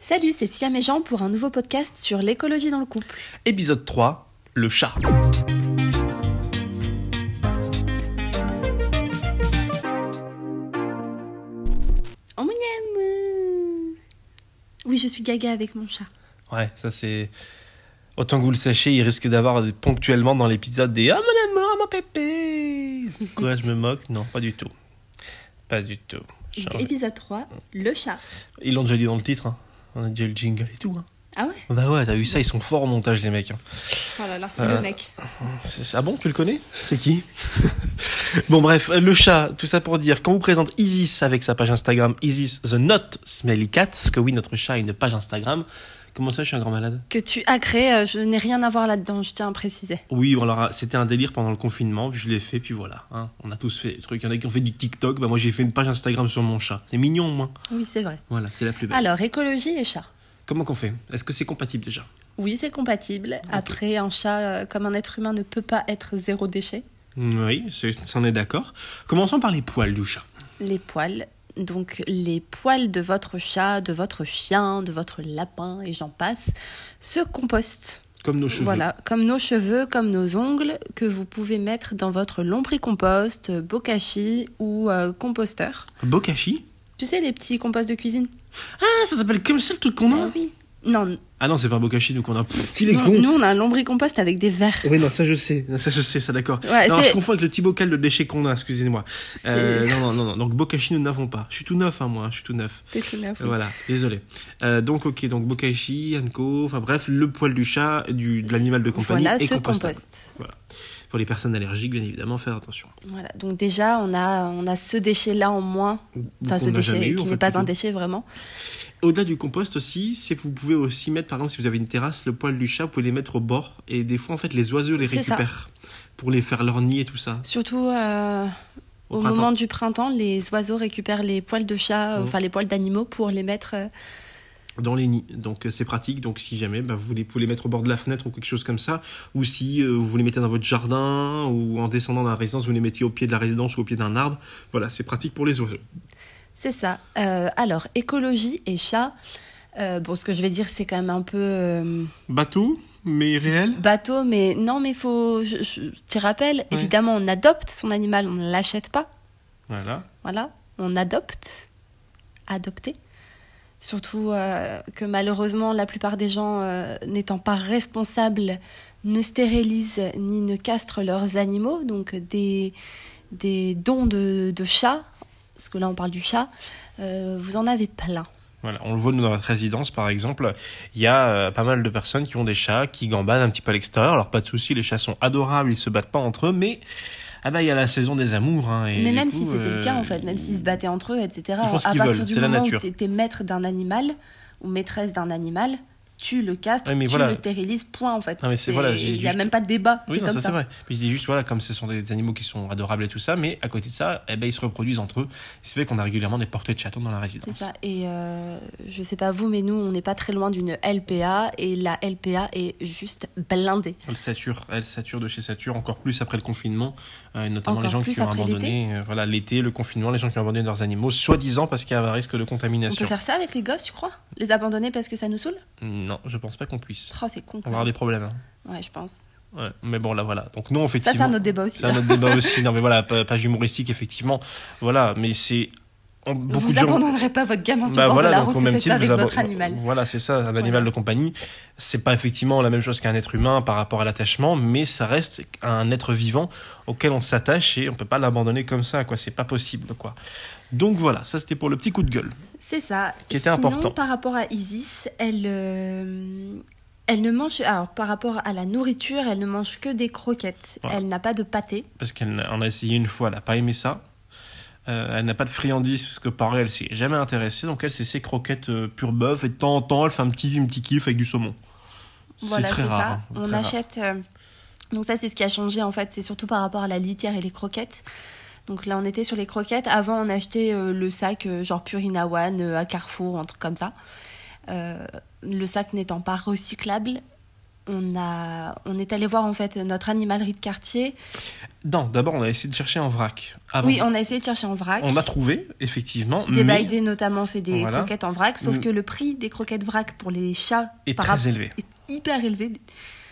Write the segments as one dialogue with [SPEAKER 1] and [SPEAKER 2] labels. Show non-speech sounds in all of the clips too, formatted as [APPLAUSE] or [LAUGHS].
[SPEAKER 1] Salut, c'est Siam et Jean pour un nouveau podcast sur l'écologie dans le couple.
[SPEAKER 2] Épisode 3, le chat.
[SPEAKER 1] Oh mon Dieu. Oui, je suis gaga avec mon chat.
[SPEAKER 2] Ouais, ça c'est... Autant que vous le sachiez, il risque d'avoir des- ponctuellement dans l'épisode des « Ah mon amour, mon pépé !» Quoi, je me moque Non, pas du tout. Pas du tout. J'ai
[SPEAKER 1] Donc,
[SPEAKER 2] envie-
[SPEAKER 1] épisode 3, le chat.
[SPEAKER 2] Ils l'ont déjà dit dans le titre, hein. on a déjà le jingle et tout. Hein.
[SPEAKER 1] Ah ouais
[SPEAKER 2] Bah ouais, t'as vu ça, ils sont forts au montage les mecs. hein.
[SPEAKER 1] Oh là là,
[SPEAKER 2] Euh.
[SPEAKER 1] le mec.
[SPEAKER 2] C'est- c'est- Ah bon, tu le connais C'est qui [LAUGHS] Bon bref, euh, le chat, tout ça pour dire qu'on vous présente Isis avec sa page Instagram Isis the Not Smelly Cat, parce que oui, notre chat a une page Instagram. Comment ça, je suis un grand malade
[SPEAKER 1] Que tu as créé, euh, je n'ai rien à voir là-dedans, je tiens à préciser.
[SPEAKER 2] Oui, bon, alors c'était un délire pendant le confinement, puis je l'ai fait, puis voilà. hein. On a tous fait des trucs. Il y en a qui ont fait du TikTok, bah moi j'ai fait une page Instagram sur mon chat. C'est mignon au moins.
[SPEAKER 1] Oui, c'est vrai.
[SPEAKER 2] Voilà, c'est la plus belle.
[SPEAKER 1] Alors, écologie et chat.
[SPEAKER 2] Comment qu'on fait Est-ce que c'est compatible déjà
[SPEAKER 1] Oui, c'est compatible. Après, un chat, euh, comme un être humain, ne peut pas être zéro déchet.
[SPEAKER 2] Mmh, Oui, c'est- ça, on est d'accord. Commençons par les poils du chat.
[SPEAKER 1] Les poils. Donc, les poils de votre chat, de votre chien, de votre lapin, et j'en passe, se compostent.
[SPEAKER 2] Comme nos cheveux.
[SPEAKER 1] Voilà, comme nos cheveux, comme nos ongles, que vous pouvez mettre dans votre lombricompost, euh, bokashi ou euh, composteur.
[SPEAKER 2] Bokashi
[SPEAKER 1] Tu sais, les petits composts de cuisine
[SPEAKER 2] Ah, ça s'appelle comme ça le truc qu'on a
[SPEAKER 1] Ah oui. Non,
[SPEAKER 2] Ah non, c'est pas Bokashi, nous qu'on a. Pff, il est
[SPEAKER 1] non,
[SPEAKER 2] con.
[SPEAKER 1] nous, on a un lombricompost avec des verres.
[SPEAKER 2] Oui, non, ça je sais. Ça je sais, ça d'accord.
[SPEAKER 1] Ouais,
[SPEAKER 2] non,
[SPEAKER 1] Euh, c'est-
[SPEAKER 2] je confonds avec le petit bocal de déchets qu'on a, excusez-moi. Euh,
[SPEAKER 1] C'est-
[SPEAKER 2] non, non, non, non. Donc Bokashi, nous n'avons pas. Je suis tout neuf, hein, moi. Je suis tout neuf.
[SPEAKER 1] T'es tout neuf, oui.
[SPEAKER 2] Voilà, désolé. Euh, donc, ok, donc Bokashi, Anko, enfin bref, le poil du chat, du, de l'animal de compagnie
[SPEAKER 1] Voilà
[SPEAKER 2] et
[SPEAKER 1] ce
[SPEAKER 2] compostable.
[SPEAKER 1] compost.
[SPEAKER 2] Voilà. Pour les personnes allergiques, bien évidemment, faire attention.
[SPEAKER 1] Voilà. Donc déjà, on a, on a ce déchet-là en moins.
[SPEAKER 2] Ou-
[SPEAKER 1] Enfin,
[SPEAKER 2] ou
[SPEAKER 1] ce
[SPEAKER 2] qu'on n'a jamais
[SPEAKER 1] déchet
[SPEAKER 2] eu, en
[SPEAKER 1] qui
[SPEAKER 2] fait,
[SPEAKER 1] n'est pas
[SPEAKER 2] plutôt.
[SPEAKER 1] un déchet vraiment.
[SPEAKER 2] Au-delà du compost aussi, c'est que vous pouvez aussi mettre, par exemple, si vous avez une terrasse, le poil du chat, vous pouvez les mettre au bord. Et des fois, en fait, les oiseaux les
[SPEAKER 1] C'est ça.
[SPEAKER 2] récupèrent pour les faire lorgner et tout ça.
[SPEAKER 1] Surtout euh, au,
[SPEAKER 2] printemps.
[SPEAKER 1] moment du printemps, les oiseaux récupèrent les poils de chat, euh,
[SPEAKER 2] Mhm.
[SPEAKER 1] enfin les poils d'animaux pour les mettre. euh,
[SPEAKER 2] dans les nids. Donc euh, c'est pratique. Donc si jamais bah, vous voulez, vous les mettre au bord de la fenêtre ou quelque chose comme ça, ou si euh, vous les mettez dans votre jardin ou en descendant dans la résidence, vous les mettez au pied de la résidence ou au pied d'un arbre. Voilà, c'est pratique pour les oiseaux.
[SPEAKER 1] C'est ça. Euh, alors, écologie et chat. Euh, bon, ce que je vais dire, c'est quand même un peu euh,
[SPEAKER 2] Bateau, mais réel.
[SPEAKER 1] bateau, mais non, mais faut. Je, je t'y rappelle, évidemment, on adopte son animal, on ne l'achète pas.
[SPEAKER 2] Voilà.
[SPEAKER 1] Voilà, on adopte. Adopter. Surtout euh, que malheureusement, la plupart des gens, euh, n'étant pas responsables, ne stérilisent ni ne castrent leurs animaux. Donc des, des dons de, de chats, parce que là on parle du chat, euh, vous en avez plein.
[SPEAKER 2] Voilà, on le voit nous, dans notre résidence par exemple, il y a euh, pas mal de personnes qui ont des chats qui gambadent un petit peu à l'extérieur. Alors pas de souci, les chats sont adorables, ils se battent pas entre eux, mais ah bah il y a la saison des amours. hein, et
[SPEAKER 1] Mais
[SPEAKER 2] du
[SPEAKER 1] même
[SPEAKER 2] coup,
[SPEAKER 1] si c'était le cas,
[SPEAKER 2] euh,
[SPEAKER 1] en fait, même s'ils se battaient entre eux, etc.,
[SPEAKER 2] Ils font ce
[SPEAKER 1] à
[SPEAKER 2] qu'ils
[SPEAKER 1] partir
[SPEAKER 2] veulent,
[SPEAKER 1] du
[SPEAKER 2] c'est la
[SPEAKER 1] moment
[SPEAKER 2] nature.
[SPEAKER 1] où tu étais maître d'un animal ou maîtresse d'un animal, tu le castres,
[SPEAKER 2] Ouais, mais
[SPEAKER 1] tu
[SPEAKER 2] voilà.
[SPEAKER 1] le stérilises, point en fait.
[SPEAKER 2] Non, mais c'est- voilà, j'ai
[SPEAKER 1] il n'y a
[SPEAKER 2] juste-
[SPEAKER 1] même pas de débat.
[SPEAKER 2] Oui,
[SPEAKER 1] c'est
[SPEAKER 2] non,
[SPEAKER 1] comme
[SPEAKER 2] ça,
[SPEAKER 1] ça.
[SPEAKER 2] c'est vrai. Puis je dis juste, voilà, comme ce sont des animaux qui sont adorables et tout ça, mais à côté de ça, eh ben, ils se reproduisent entre eux. C'est vrai qu'on a régulièrement des portées de chatons dans la
[SPEAKER 1] C'est
[SPEAKER 2] résidence.
[SPEAKER 1] ça. Et euh, je sais pas vous, mais nous, on n'est pas très loin d'une LPA et la LPA est juste blindée.
[SPEAKER 2] Elle sature, elle sature de chez sature, encore plus après le confinement, euh, et notamment
[SPEAKER 1] Encore
[SPEAKER 2] les gens
[SPEAKER 1] plus
[SPEAKER 2] qui ont
[SPEAKER 1] après
[SPEAKER 2] abandonné, euh, voilà, l'été, le confinement, les gens qui ont abandonné leurs animaux, soi-disant parce qu'il y a un risque de
[SPEAKER 1] On
[SPEAKER 2] contamination.
[SPEAKER 1] peut faire ça avec les gosses, tu crois Les abandonner parce que ça nous saoule
[SPEAKER 2] Non, je pense pas qu'on puisse.
[SPEAKER 1] Oh, c'est con.
[SPEAKER 2] On
[SPEAKER 1] quand
[SPEAKER 2] va avoir
[SPEAKER 1] même.
[SPEAKER 2] des problèmes. hein.
[SPEAKER 1] Ouais, je pense.
[SPEAKER 2] Ouais. Mais bon, là, voilà. Donc, non,
[SPEAKER 1] Ça,
[SPEAKER 2] effectivement.
[SPEAKER 1] c'est un autre débat aussi.
[SPEAKER 2] C'est un
[SPEAKER 1] [LAUGHS]
[SPEAKER 2] autre débat aussi. Non, mais voilà, pa- page humoristique, effectivement. Voilà, mais c'est. en- Beaucoup
[SPEAKER 1] vous
[SPEAKER 2] de gens.
[SPEAKER 1] abandonnerez pas votre gamin sur
[SPEAKER 2] Bah
[SPEAKER 1] le bord
[SPEAKER 2] voilà,
[SPEAKER 1] de la
[SPEAKER 2] donc
[SPEAKER 1] route,
[SPEAKER 2] au même
[SPEAKER 1] faites ça avec
[SPEAKER 2] titre, vous
[SPEAKER 1] votre
[SPEAKER 2] abord-
[SPEAKER 1] animal.
[SPEAKER 2] Voilà, c'est ça, un animal de compagnie. C'est pas effectivement la même chose qu'un être humain par rapport à l'attachement, mais ça reste un être vivant auquel on s'attache et on peut pas l'abandonner comme ça, quoi. C'est pas possible, quoi. Donc voilà, ça c'était pour le petit coup de gueule.
[SPEAKER 1] C'est ça.
[SPEAKER 2] Qui était
[SPEAKER 1] Sinon,
[SPEAKER 2] important.
[SPEAKER 1] Par rapport à Isis, elle, euh, elle ne mange. Alors, par rapport à la nourriture, elle ne mange que des croquettes.
[SPEAKER 2] Voilà.
[SPEAKER 1] Elle n'a pas de pâté.
[SPEAKER 2] Parce qu'elle en a essayé une fois, elle a pas aimé ça. Euh, elle n'a pas de friandises, parce que pareil, elle s'y est jamais intéressée, donc elle c'est ses croquettes euh, pur bœuf, et de temps en temps, elle fait un petit, un petit kiff avec du saumon.
[SPEAKER 1] Voilà,
[SPEAKER 2] c'est très
[SPEAKER 1] c'est
[SPEAKER 2] rare.
[SPEAKER 1] ça.
[SPEAKER 2] hein,
[SPEAKER 1] On
[SPEAKER 2] très rare.
[SPEAKER 1] achète. euh, Donc, ça, c'est ce qui a changé en fait. C'est surtout par rapport à la litière et les croquettes. Donc là, on était sur les croquettes. Avant, on achetait euh, le sac, euh, genre Purina One, euh, à Carrefour, un truc comme ça. Euh, le sac n'étant pas recyclable, on, a, on est allé voir en fait notre animalerie de quartier.
[SPEAKER 2] Non, d'abord, on a essayé de chercher en vrac. avant.
[SPEAKER 1] Oui, on a essayé de chercher en vrac.
[SPEAKER 2] On a trouvé, effectivement.
[SPEAKER 1] Des
[SPEAKER 2] mais
[SPEAKER 1] Baïdés, notamment fait des
[SPEAKER 2] Voilà.
[SPEAKER 1] croquettes en vrac, sauf
[SPEAKER 2] Mm.
[SPEAKER 1] que le prix des croquettes vrac pour les chats
[SPEAKER 2] est
[SPEAKER 1] par
[SPEAKER 2] très
[SPEAKER 1] rapport-
[SPEAKER 2] élevé.
[SPEAKER 1] est hyper élevé,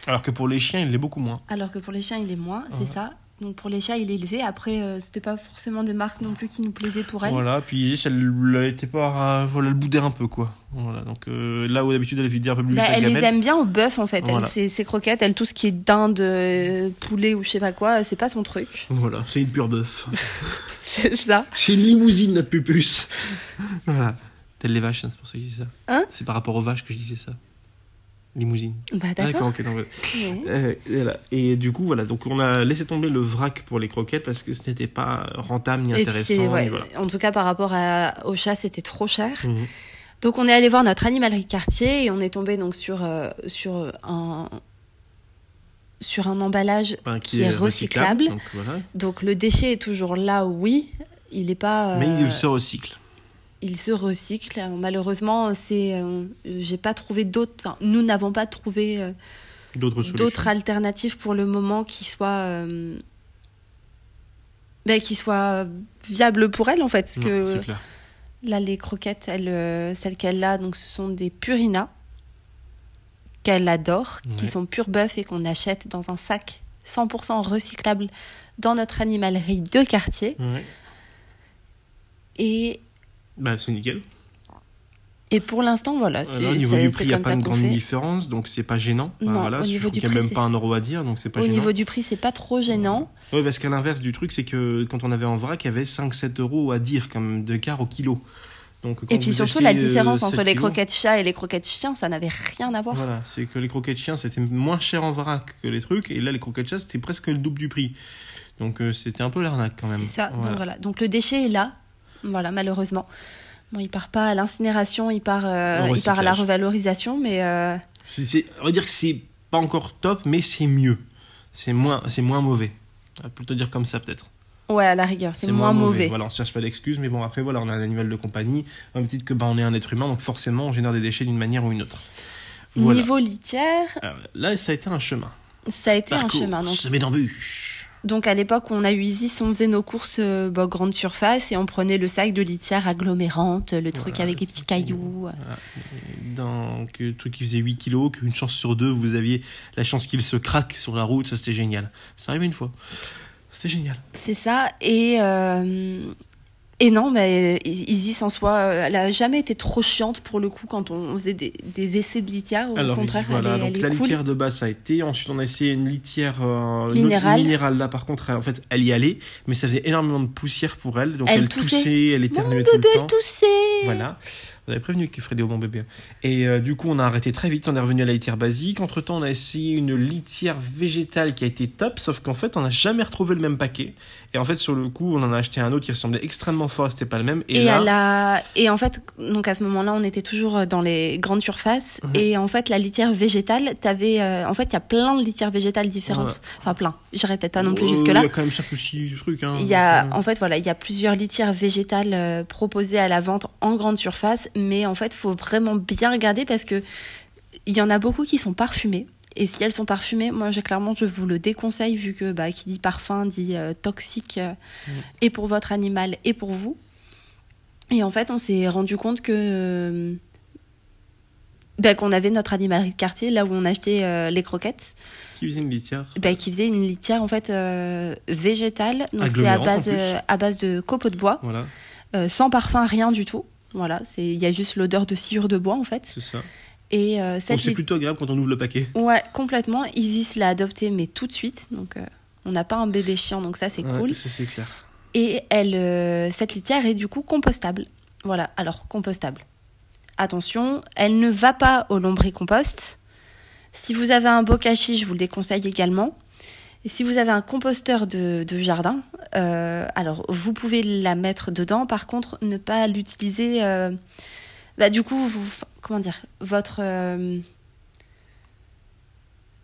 [SPEAKER 2] Alors que pour les chiens, il l'est beaucoup moins.
[SPEAKER 1] alors que pour les chiens il est moins,
[SPEAKER 2] Ouais.
[SPEAKER 1] c'est ça. Donc pour les chats il est élevé. Après euh, c'était pas forcément des marques non plus qui nous plaisaient pour elles.
[SPEAKER 2] Voilà, puis ça l'était pas. à- Voilà, le boudin un peu, quoi. Voilà, donc euh, là où d'habitude elle vidait un peu plus
[SPEAKER 1] Bah,
[SPEAKER 2] sa
[SPEAKER 1] elle les
[SPEAKER 2] gamelle.
[SPEAKER 1] aime bien au bœuf en fait.
[SPEAKER 2] Voilà.
[SPEAKER 1] Elle, ses, ses croquettes, elle tout ce qui est dinde, euh, poulet ou je sais pas quoi, c'est pas son truc. [LAUGHS]
[SPEAKER 2] Voilà, c'est une pure bœuf.
[SPEAKER 1] C'est ça.
[SPEAKER 2] C'est une limousine, notre pupus. voilà. Telles les vaches, hein, c'est pour ça que je dis ça.
[SPEAKER 1] Hein
[SPEAKER 2] c'est par rapport aux vaches que je disais ça. Limousine.
[SPEAKER 1] Bah
[SPEAKER 2] Ah,
[SPEAKER 1] d'accord.
[SPEAKER 2] ok, non, ouais.
[SPEAKER 1] Ouais.
[SPEAKER 2] Euh, voilà. Et du coup, voilà, donc on a laissé tomber le vrac pour les croquettes parce que ce n'était pas rentable ni
[SPEAKER 1] Et puis
[SPEAKER 2] intéressant.
[SPEAKER 1] c'est
[SPEAKER 2] ni
[SPEAKER 1] ouais,
[SPEAKER 2] voilà.
[SPEAKER 1] en tout cas par rapport à, aux chats c'était trop cher.
[SPEAKER 2] Mhm.
[SPEAKER 1] Donc on est allé voir notre animalerie de quartier et on est tombé donc sur euh, sur un sur un emballage
[SPEAKER 2] Enfin,
[SPEAKER 1] qui, est recyclable.
[SPEAKER 2] donc voilà.
[SPEAKER 1] Donc le déchet est toujours là, oui. Il n'est pas.
[SPEAKER 2] Mais
[SPEAKER 1] euh,
[SPEAKER 2] il se recycle.
[SPEAKER 1] il se recycle. Alors, Malheureusement, c'est. euh, J'ai pas trouvé d'autres. Enfin, nous n'avons pas trouvé euh,
[SPEAKER 2] D'autres solutions.
[SPEAKER 1] d'autres alternatives pour le moment qui soient. euh, ben, qui soient viables pour elle en fait. Parce
[SPEAKER 2] Non,
[SPEAKER 1] que
[SPEAKER 2] c'est clair.
[SPEAKER 1] là, les croquettes, elle, euh, celles qu'elle a, donc ce sont des purinas qu'elle adore, qui
[SPEAKER 2] Ouais.
[SPEAKER 1] sont pur bœuf et qu'on achète dans un sac 100% recyclable dans notre animalerie de quartier.
[SPEAKER 2] Ouais.
[SPEAKER 1] Et,
[SPEAKER 2] Bah, c'est nickel.
[SPEAKER 1] et pour l'instant, voilà. c'est-
[SPEAKER 2] Voilà, Ah au niveau
[SPEAKER 1] c'est-
[SPEAKER 2] du
[SPEAKER 1] c'est
[SPEAKER 2] prix, il n'y a
[SPEAKER 1] comme
[SPEAKER 2] pas
[SPEAKER 1] ça
[SPEAKER 2] de
[SPEAKER 1] qu'on
[SPEAKER 2] grande
[SPEAKER 1] fait.
[SPEAKER 2] différence, donc c'est pas gênant.
[SPEAKER 1] Non,
[SPEAKER 2] voilà,
[SPEAKER 1] au
[SPEAKER 2] je
[SPEAKER 1] niveau
[SPEAKER 2] trouve
[SPEAKER 1] du
[SPEAKER 2] qu'il n'y a
[SPEAKER 1] prix,
[SPEAKER 2] même
[SPEAKER 1] c'est-
[SPEAKER 2] pas un euro à dire, donc c'est pas
[SPEAKER 1] Au
[SPEAKER 2] gênant.
[SPEAKER 1] niveau du prix, c'est pas trop gênant.
[SPEAKER 2] Oui, parce qu'à l'inverse du truc, c'est que quand on avait en vrac, il y avait 5-7 euros à dire, comme de quart au kilo. Donc, quand
[SPEAKER 1] et puis
[SPEAKER 2] vous
[SPEAKER 1] surtout,
[SPEAKER 2] achetez,
[SPEAKER 1] la
[SPEAKER 2] euh,
[SPEAKER 1] différence
[SPEAKER 2] 7
[SPEAKER 1] entre les
[SPEAKER 2] kilos,
[SPEAKER 1] croquettes chat et les croquettes chien, ça n'avait rien à voir.
[SPEAKER 2] Voilà, c'est que les croquettes chiens, c'était moins cher en vrac que les trucs, et là, les croquettes chats, c'était presque le double du prix. Donc, euh, c'était un peu l'arnaque quand même.
[SPEAKER 1] C'est ça.
[SPEAKER 2] Voilà.
[SPEAKER 1] Donc voilà. Donc le déchet est là. Voilà, malheureusement. Bon, il part pas à l'incinération, il part, euh,
[SPEAKER 2] Au
[SPEAKER 1] il part à la
[SPEAKER 2] recyclage.
[SPEAKER 1] revalorisation, mais euh,
[SPEAKER 2] C'est- c'est- on va dire que c'est pas encore top, mais c'est mieux. C'est moins, c'est moins mauvais. On va plutôt dire comme ça, peut-être.
[SPEAKER 1] ouais, à la rigueur, c'est moins, mauvais.
[SPEAKER 2] Voilà, on cherche pas d'excuses, mais bon, après, voilà, on est un animal de compagnie, un petit que bah, on est un être humain, donc forcément, on génère des déchets d'une manière ou une autre. Voilà.
[SPEAKER 1] Niveau litière,
[SPEAKER 2] Alors, là, ça a été un chemin.
[SPEAKER 1] ça a été
[SPEAKER 2] Parcours,
[SPEAKER 1] un chemin. Donc,
[SPEAKER 2] Semé d'embûches.
[SPEAKER 1] donc à l'époque, où on a eu Isis, on faisait nos courses euh, bah, grande surface et on prenait le sac de litière agglomérante, le truc
[SPEAKER 2] Voilà,
[SPEAKER 1] avec
[SPEAKER 2] le
[SPEAKER 1] les petits
[SPEAKER 2] truc qui-
[SPEAKER 1] cailloux. euh,
[SPEAKER 2] Donc, le truc qui faisait 8 kilos, qu'une chance sur deux, vous aviez la chance qu'il se craque sur la route, ça c'était génial. Ça arrivait une fois. C'était génial.
[SPEAKER 1] C'est ça. Et, euh, et non, mais Isis en soi, euh, elle a jamais été trop chiante pour le coup quand on on faisait des, des essais de litière. Au contraire,
[SPEAKER 2] voilà,
[SPEAKER 1] elle est,
[SPEAKER 2] donc
[SPEAKER 1] elle
[SPEAKER 2] la
[SPEAKER 1] est cool.
[SPEAKER 2] litière de base, ça a été. Ensuite, on a essayé une litière euh, une autre
[SPEAKER 1] Minérale.
[SPEAKER 2] minérale, là, par contre, elle- en fait, elle y allait, mais ça faisait énormément de poussière pour elle. Donc, elle,
[SPEAKER 1] Elle
[SPEAKER 2] toussait.
[SPEAKER 1] toussait.
[SPEAKER 2] elle
[SPEAKER 1] Mon
[SPEAKER 2] éternuait tout
[SPEAKER 1] bébé,
[SPEAKER 2] le temps.
[SPEAKER 1] elle toussait.
[SPEAKER 2] Voilà. On avait prévenu que Freddy au bon bébé. Et euh, du coup, on a arrêté très vite. On est revenu à la litière basique. Entre temps, on a essayé une litière végétale qui a été top. Sauf qu'en fait, on n'a jamais retrouvé le même paquet. Et en fait, sur le coup, on en a acheté un autre qui ressemblait extrêmement fort. C'était pas le même. Et,
[SPEAKER 1] Et,
[SPEAKER 2] là,
[SPEAKER 1] elle a- et en fait, donc à ce moment-là, on était toujours euh, dans les grandes surfaces.
[SPEAKER 2] Mhm.
[SPEAKER 1] Et en fait, la litière végétale, t'avais, euh, en fait, il y a plein de litières végétales différentes. Enfin, plein. J'irai peut-être pas non plus
[SPEAKER 2] Euh,
[SPEAKER 1] jusque là.
[SPEAKER 2] Il y a quand même cinq ou six trucs. hein.
[SPEAKER 1] Il y a,
[SPEAKER 2] Donc, euh,
[SPEAKER 1] en fait, voilà, il y a plusieurs litières végétales euh, proposées à la vente en grande surface, mais en fait, faut vraiment bien regarder parce que il y en a beaucoup qui sont parfumées. Et si elles sont parfumées, moi, je, clairement, je vous le déconseille vu que, bah, qui dit parfum dit euh, toxique euh,
[SPEAKER 2] Mm.
[SPEAKER 1] et pour votre animal et pour vous. Et en fait, on s'est rendu compte que. euh, bah, qu'on avait notre animalerie de quartier là où on achetait euh, les croquettes
[SPEAKER 2] Qui faisait une litière
[SPEAKER 1] bah, qui faisait une litière en fait euh, végétale donc c'est à
[SPEAKER 2] Agglomérante, en
[SPEAKER 1] base
[SPEAKER 2] plus.
[SPEAKER 1] euh, à base de copeaux de bois
[SPEAKER 2] Voilà,
[SPEAKER 1] euh, sans parfum rien du tout voilà c'est il y a juste l'odeur de sciure de bois en fait
[SPEAKER 2] c'est ça.
[SPEAKER 1] et euh, cette
[SPEAKER 2] Donc, Oh, c'est
[SPEAKER 1] lit-
[SPEAKER 2] plutôt agréable quand on ouvre le paquet.
[SPEAKER 1] ouais complètement Isis l'a adoptée mais tout de suite donc euh, on n'a pas un bébé chiant donc ça c'est
[SPEAKER 2] Ouais,
[SPEAKER 1] cool
[SPEAKER 2] ça, c'est clair.
[SPEAKER 1] et elle euh, cette litière est du coup compostable voilà alors compostable attention elle ne va pas au lombricompost si vous avez un bokashi je vous le déconseille également Et si vous avez un composteur de, de jardin, euh, alors vous pouvez la mettre dedans. Par contre, ne pas l'utiliser. euh, bah, du coup, vous, comment dire, votre euh,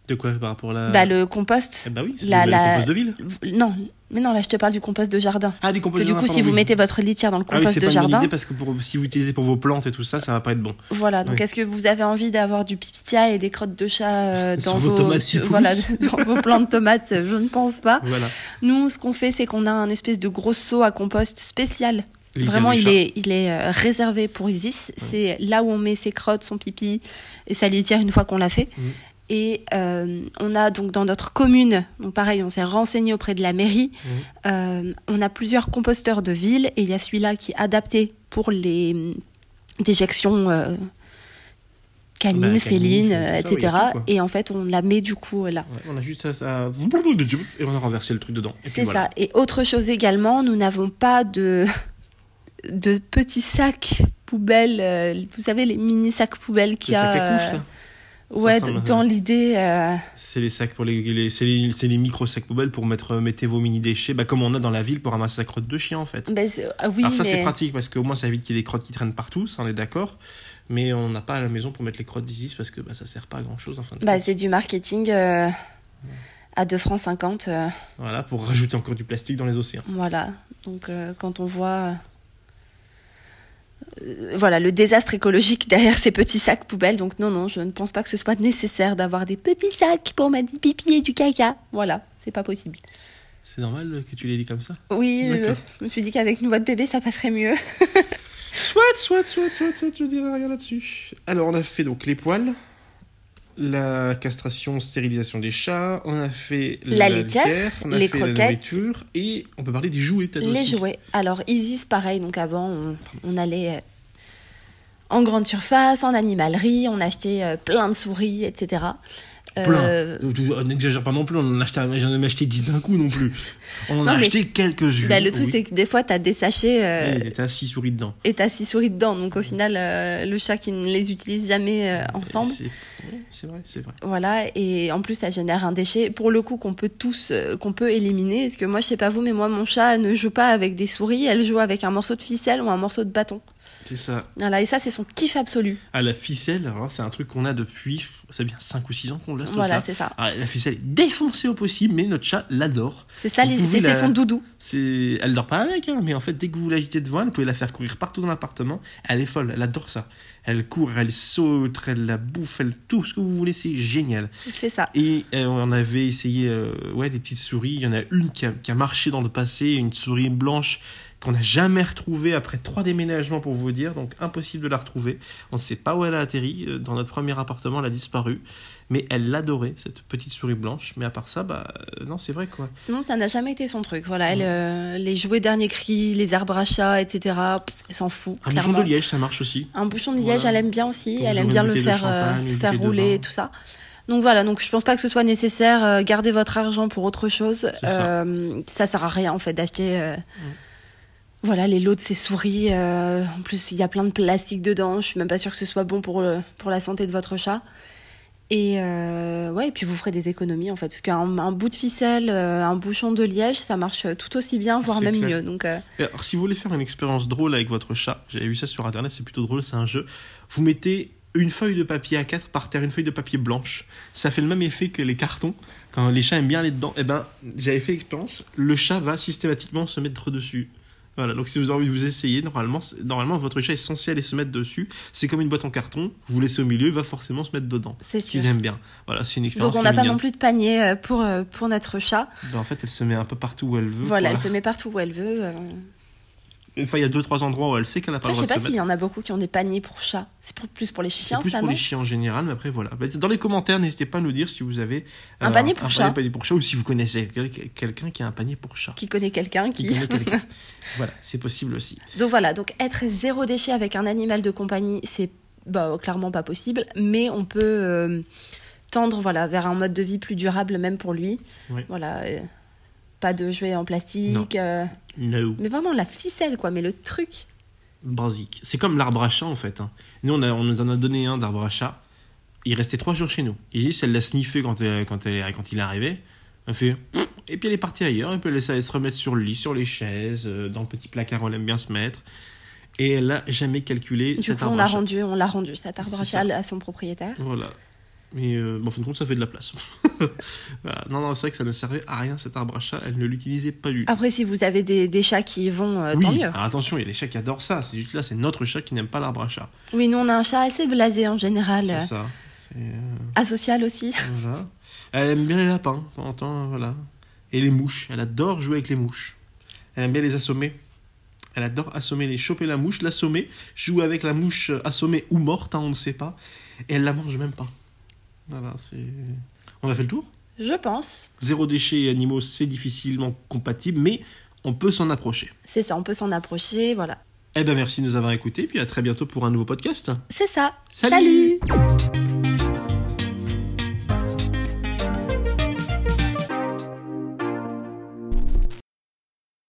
[SPEAKER 2] De quoi par rapport à la.
[SPEAKER 1] Bah, le compost.
[SPEAKER 2] Eh ben. bah oui, c'est
[SPEAKER 1] la-
[SPEAKER 2] le
[SPEAKER 1] la-
[SPEAKER 2] compost de ville.
[SPEAKER 1] Non, mais non, là, je te parle du compost de jardin.
[SPEAKER 2] Ah, du
[SPEAKER 1] Que
[SPEAKER 2] compost de
[SPEAKER 1] du
[SPEAKER 2] jardin,
[SPEAKER 1] coup, si
[SPEAKER 2] pardon,
[SPEAKER 1] vous
[SPEAKER 2] oui.
[SPEAKER 1] mettez votre litière dans le
[SPEAKER 2] Ah oui,
[SPEAKER 1] compost
[SPEAKER 2] c'est
[SPEAKER 1] de
[SPEAKER 2] pas une bonne
[SPEAKER 1] jardin,
[SPEAKER 2] idée parce que pour, si vous utilisez pour vos plantes et tout ça, ça va pas être bon.
[SPEAKER 1] voilà. Donc,
[SPEAKER 2] Oui.
[SPEAKER 1] est-ce que vous avez envie d'avoir du pipitia et des crottes de chat
[SPEAKER 2] [LAUGHS]
[SPEAKER 1] euh,
[SPEAKER 2] Sur
[SPEAKER 1] dans
[SPEAKER 2] vos
[SPEAKER 1] vos,
[SPEAKER 2] tomates qui
[SPEAKER 1] voilà, [LAUGHS]
[SPEAKER 2] poussent.
[SPEAKER 1] dans vos plants de tomates Je ne pense pas.
[SPEAKER 2] Voilà.
[SPEAKER 1] Nous, ce qu'on fait, c'est qu'on a un espèce de gros seau à compost spécial.
[SPEAKER 2] Litière
[SPEAKER 1] Vraiment,
[SPEAKER 2] du
[SPEAKER 1] il
[SPEAKER 2] chat.
[SPEAKER 1] est, il est euh, réservé pour Isis. C'est là où on met ses crottes, son pipi et sa litière une fois qu'on l'a fait.
[SPEAKER 2] Mm.
[SPEAKER 1] Et euh, on a donc dans notre commune, donc pareil, on s'est renseigné auprès de la mairie.
[SPEAKER 2] Mm.
[SPEAKER 1] Euh, on a plusieurs composteurs de ville et il y a celui-là qui est adapté pour les hum, déjections euh, canines,
[SPEAKER 2] Bah, Ah canines,
[SPEAKER 1] félines,
[SPEAKER 2] euh,
[SPEAKER 1] euh,
[SPEAKER 2] ça, oui,
[SPEAKER 1] etc.
[SPEAKER 2] tout, quoi.
[SPEAKER 1] et en fait, on la met du coup euh, là.
[SPEAKER 2] Ouais, on a juste ça, ça- Et on a renversé le truc dedans. Et puis
[SPEAKER 1] C'est
[SPEAKER 2] voilà.
[SPEAKER 1] ça. Et autre chose également, nous n'avons pas de, de petits sacs poubelles. euh, Vous savez, les mini sacs poubelles qu'il y
[SPEAKER 2] Les
[SPEAKER 1] a.
[SPEAKER 2] sacs à couches,
[SPEAKER 1] euh,
[SPEAKER 2] là
[SPEAKER 1] Ouais,
[SPEAKER 2] Ça
[SPEAKER 1] d-
[SPEAKER 2] ressemble à ça.
[SPEAKER 1] dans l'idée. euh,
[SPEAKER 2] C'est les sacs pour les, les- c'est les, c'est les micro sacs poubelles pour mettre euh, mettez vos mini déchets, bah comme on a dans la ville pour ramasser la crotte de chien en fait.
[SPEAKER 1] ben, c'est- ah oui,
[SPEAKER 2] Alors ça c'est
[SPEAKER 1] mais-
[SPEAKER 2] pratique parce qu'au moins ça évite qu'il y ait des crottes qui traînent partout, ça on est d'accord. Mais on n'a pas à la maison pour mettre les crottes d'ici parce que bah, ça sert pas à grand chose en fin de
[SPEAKER 1] bah,
[SPEAKER 2] compte.
[SPEAKER 1] c'est du marketing euh, à 2 francs 50. euh,
[SPEAKER 2] Voilà pour rajouter encore du plastique dans les océans.
[SPEAKER 1] Voilà. Donc euh, quand on voit euh, voilà le désastre écologique [LAUGHS] derrière ces petits sacs poubelles. Donc non non, je ne pense pas que ce soit nécessaire d'avoir des petits sacs pour mettre du pipi et du caca. Voilà, c'est pas possible.
[SPEAKER 2] C'est normal euh, que tu l'aies dit comme ça.
[SPEAKER 1] Oui, euh,
[SPEAKER 2] D'accord.
[SPEAKER 1] je me suis dit qu'avec une voix de bébé, ça passerait mieux.
[SPEAKER 2] Soit, soit, soit, soit, soit, je dirais rien là-dessus. Alors, on a fait donc les poils, la castration, stérilisation des chats, on a fait
[SPEAKER 1] La litière,
[SPEAKER 2] on a
[SPEAKER 1] les
[SPEAKER 2] fait la
[SPEAKER 1] croquettes.
[SPEAKER 2] nourriture, et on peut parler des jouets peut-être
[SPEAKER 1] Les
[SPEAKER 2] aussi.
[SPEAKER 1] jouets. Alors Isis, pareil. Donc avant, on, on allait euh, en grande surface, en animalerie, on achetait euh, plein de souris, Euh, etc.
[SPEAKER 2] Plein. On n'exagère pas non plus, on en a acheté, j'en ai acheté 10 d'un coup non plus. On en
[SPEAKER 1] Non,
[SPEAKER 2] a
[SPEAKER 1] mais-
[SPEAKER 2] acheté quelques-unes.
[SPEAKER 1] bah, le truc,
[SPEAKER 2] oui.
[SPEAKER 1] c'est que des fois, t'as des sachets euh,
[SPEAKER 2] Et t'as 6 souris dedans.
[SPEAKER 1] et t'as six souris dedans. Donc au final, euh, le chat qui ne les utilise jamais euh, ensemble.
[SPEAKER 2] C'est ouais, c'est vrai, c'est vrai.
[SPEAKER 1] Voilà, et en plus ça génère un déchet pour le coup qu'on peut tous, euh, qu'on peut éliminer. Parce que moi je sais pas vous, mais moi mon chat ne joue pas avec des souris, elle joue avec un morceau de ficelle ou un morceau de bâton.
[SPEAKER 2] C'est ça.
[SPEAKER 1] Voilà, et ça c'est son kiff absolu.
[SPEAKER 2] Ah, la ficelle, alors, c'est un truc qu'on a depuis, c'est bien 5 ou 6 ans qu'on l'a ce
[SPEAKER 1] Voilà,
[SPEAKER 2] truc-là.
[SPEAKER 1] c'est ça.
[SPEAKER 2] Ah, la ficelle est défoncée au possible, mais notre chat l'adore.
[SPEAKER 1] C'est ça,
[SPEAKER 2] Vous
[SPEAKER 1] les-
[SPEAKER 2] pouvez
[SPEAKER 1] c'est c'est
[SPEAKER 2] la-
[SPEAKER 1] son doudou.
[SPEAKER 2] C'est, elle dort pas avec, hein, mais en fait, dès que vous l'agitez devant, elle, vous pouvez la faire courir partout dans l'appartement. Elle est folle, elle adore ça. Elle court, elle saute, elle la bouffe, elle tout ce que vous voulez, c'est génial.
[SPEAKER 1] C'est ça.
[SPEAKER 2] Et euh, on avait essayé, euh, ouais, des petites souris. Il y en a une qui a, qui a marché dans le passé, une souris blanche qu'on n'a jamais retrouvée après trois déménagements pour vous dire, donc impossible de la retrouver. On ne sait pas où elle a atterri. Euh, Dans notre premier appartement, elle a disparu, mais elle l'adorait cette petite souris blanche. Mais à part ça, bah euh, non, c'est vrai quoi.
[SPEAKER 1] Sinon ça n'a jamais été son truc. Voilà, elle, euh, les jouets dernier cri, les arbres à chat, etc. pff, elle s'en fout.
[SPEAKER 2] Un bouchon
[SPEAKER 1] clairement.
[SPEAKER 2] de liège, ça marche aussi.
[SPEAKER 1] Un bouchon de liège,
[SPEAKER 2] Voilà.
[SPEAKER 1] elle aime bien aussi.
[SPEAKER 2] Pour
[SPEAKER 1] elle
[SPEAKER 2] vous
[SPEAKER 1] aime bien
[SPEAKER 2] ouvrir une
[SPEAKER 1] le
[SPEAKER 2] bouteille de
[SPEAKER 1] faire, euh,
[SPEAKER 2] champagne, une
[SPEAKER 1] faire
[SPEAKER 2] bouteille de
[SPEAKER 1] rouler,
[SPEAKER 2] vin.
[SPEAKER 1] tout ça. Donc voilà, donc je pense pas que ce soit nécessaire. euh, gardez votre argent pour autre chose.
[SPEAKER 2] C'est ça.
[SPEAKER 1] Euh, ça sert à rien en fait d'acheter. euh,
[SPEAKER 2] Mm.
[SPEAKER 1] Voilà, les lots de ces souris. euh, en plus, il y a plein de plastique dedans. Je suis même pas sûre que ce soit bon pour, le, pour la santé de votre chat. Et euh, ouais, et puis vous ferez des économies en fait. Parce qu'un un bout de ficelle, euh, un bouchon de liège, ça marche euh, tout aussi bien, voire
[SPEAKER 2] C'est
[SPEAKER 1] même
[SPEAKER 2] clair.
[SPEAKER 1] mieux. Donc euh,
[SPEAKER 2] Et Alors, si vous voulez faire une expérience drôle avec votre chat, j'avais vu ça sur internet, c'est plutôt drôle, c'est un jeu. Vous mettez une feuille de papier A4 par terre, une feuille de papier blanche. Ça fait le même effet que les cartons. Quand les chats aiment bien aller dedans, eh ben, j'avais fait l'expérience, le chat va systématiquement se mettre dessus. Voilà, donc si vous avez envie de vous essayer, normalement, c'est- normalement votre chat est censé aller se mettre dessus. C'est comme une boîte en carton, vous laissez au milieu, il va forcément se mettre dedans.
[SPEAKER 1] c'est
[SPEAKER 2] Parce
[SPEAKER 1] sûr.
[SPEAKER 2] qu'ils aiment bien. Voilà, c'est une
[SPEAKER 1] Donc
[SPEAKER 2] expérience
[SPEAKER 1] on n'a pas
[SPEAKER 2] mignonne.
[SPEAKER 1] non plus de panier euh, pour, euh, pour notre chat.
[SPEAKER 2] Ben, en fait, elle se met un peu partout où elle veut.
[SPEAKER 1] Voilà, elle
[SPEAKER 2] quoi.
[SPEAKER 1] se met partout où elle veut. euh.
[SPEAKER 2] Enfin, il y a deux trois endroits où elle sait qu'elle n'a pas
[SPEAKER 1] Après, je
[SPEAKER 2] le
[SPEAKER 1] sais
[SPEAKER 2] droit
[SPEAKER 1] pas
[SPEAKER 2] de se
[SPEAKER 1] s'il y en a beaucoup qui ont des paniers pour chats. C'est pour, plus pour les
[SPEAKER 2] C'est
[SPEAKER 1] chiens,
[SPEAKER 2] plus
[SPEAKER 1] ça,
[SPEAKER 2] pour
[SPEAKER 1] non
[SPEAKER 2] les chiens en général, mais après voilà. Bah, Dans les commentaires, n'hésitez pas à nous dire si vous avez euh,
[SPEAKER 1] Un panier pour chat.
[SPEAKER 2] Un panier pour chat ou si vous connaissez quel- quelqu'un qui a un panier pour chat.
[SPEAKER 1] Qui connaît quelqu'un
[SPEAKER 2] Qui
[SPEAKER 1] qui.
[SPEAKER 2] connaît quelqu'un. voilà, c'est possible aussi.
[SPEAKER 1] [LAUGHS] Donc voilà, donc être zéro déchet avec un animal de compagnie, c'est bah, clairement pas possible, mais on peut euh, tendre voilà, vers un mode de vie plus durable, même pour lui.
[SPEAKER 2] Oui.
[SPEAKER 1] Voilà. euh, Pas de jouets en
[SPEAKER 2] Non.
[SPEAKER 1] plastique, euh,
[SPEAKER 2] No,
[SPEAKER 1] mais vraiment la ficelle quoi, mais le truc.
[SPEAKER 2] brasique. C'est comme l'arbre à chat en fait. hein. Nous, on, a- on nous en a donné un d'arbre à chat. Il restait trois jours chez nous. Isis, elle l'a sniffé quand, elle- quand, elle- quand il est arrivé. Elle fait. Pff Et puis elle est partie ailleurs. Et puis elle, elle se remettre sur le lit, sur les chaises, euh, dans le petit placard où elle aime bien se mettre. Et elle n'a jamais calculé
[SPEAKER 1] Du
[SPEAKER 2] cet
[SPEAKER 1] coup,
[SPEAKER 2] arbre
[SPEAKER 1] on a
[SPEAKER 2] à chat.
[SPEAKER 1] rendu, on l'a rendu cet arbre
[SPEAKER 2] C'est
[SPEAKER 1] à
[SPEAKER 2] ça.
[SPEAKER 1] chat à son propriétaire.
[SPEAKER 2] Voilà. Mais euh, bon, en fin de compte, ça fait de la place. [LAUGHS] Voilà. Non, non, c'est vrai que ça ne servait à rien cet arbre à chat, elle ne l'utilisait pas du tout.
[SPEAKER 1] Après, si vous avez des, des chats qui y vont, euh,
[SPEAKER 2] oui,
[SPEAKER 1] Ah, tant mieux.
[SPEAKER 2] alors attention, il y a des chats qui adorent ça, c'est juste que là, c'est notre chat qui n'aime pas l'arbre à chat.
[SPEAKER 1] Oui, nous, on a un chat assez blasé en général, euh,
[SPEAKER 2] C'est ça. C'est, euh,
[SPEAKER 1] asocial aussi. [LAUGHS]
[SPEAKER 2] voilà. Elle aime bien les lapins, de temps en temps, voilà. Et les mouches, elle adore jouer avec les mouches. Elle aime bien les assommer. Elle adore assommer, les choper la mouche, l'assommer, jouer avec la mouche euh, assommée ou morte, hein, on ne sait pas. Et elle la mange même pas. Voilà, c'est. On a fait le tour
[SPEAKER 1] Je pense.
[SPEAKER 2] Zéro déchet et animaux, c'est difficilement compatible, mais on peut s'en approcher. ben,
[SPEAKER 1] C'est ça, on peut s'en approcher, voilà.
[SPEAKER 2] Eh bien, merci de nous avoir écoutés, puis à très bientôt pour un nouveau podcast.
[SPEAKER 1] C'est ça.
[SPEAKER 2] Salut
[SPEAKER 1] Salut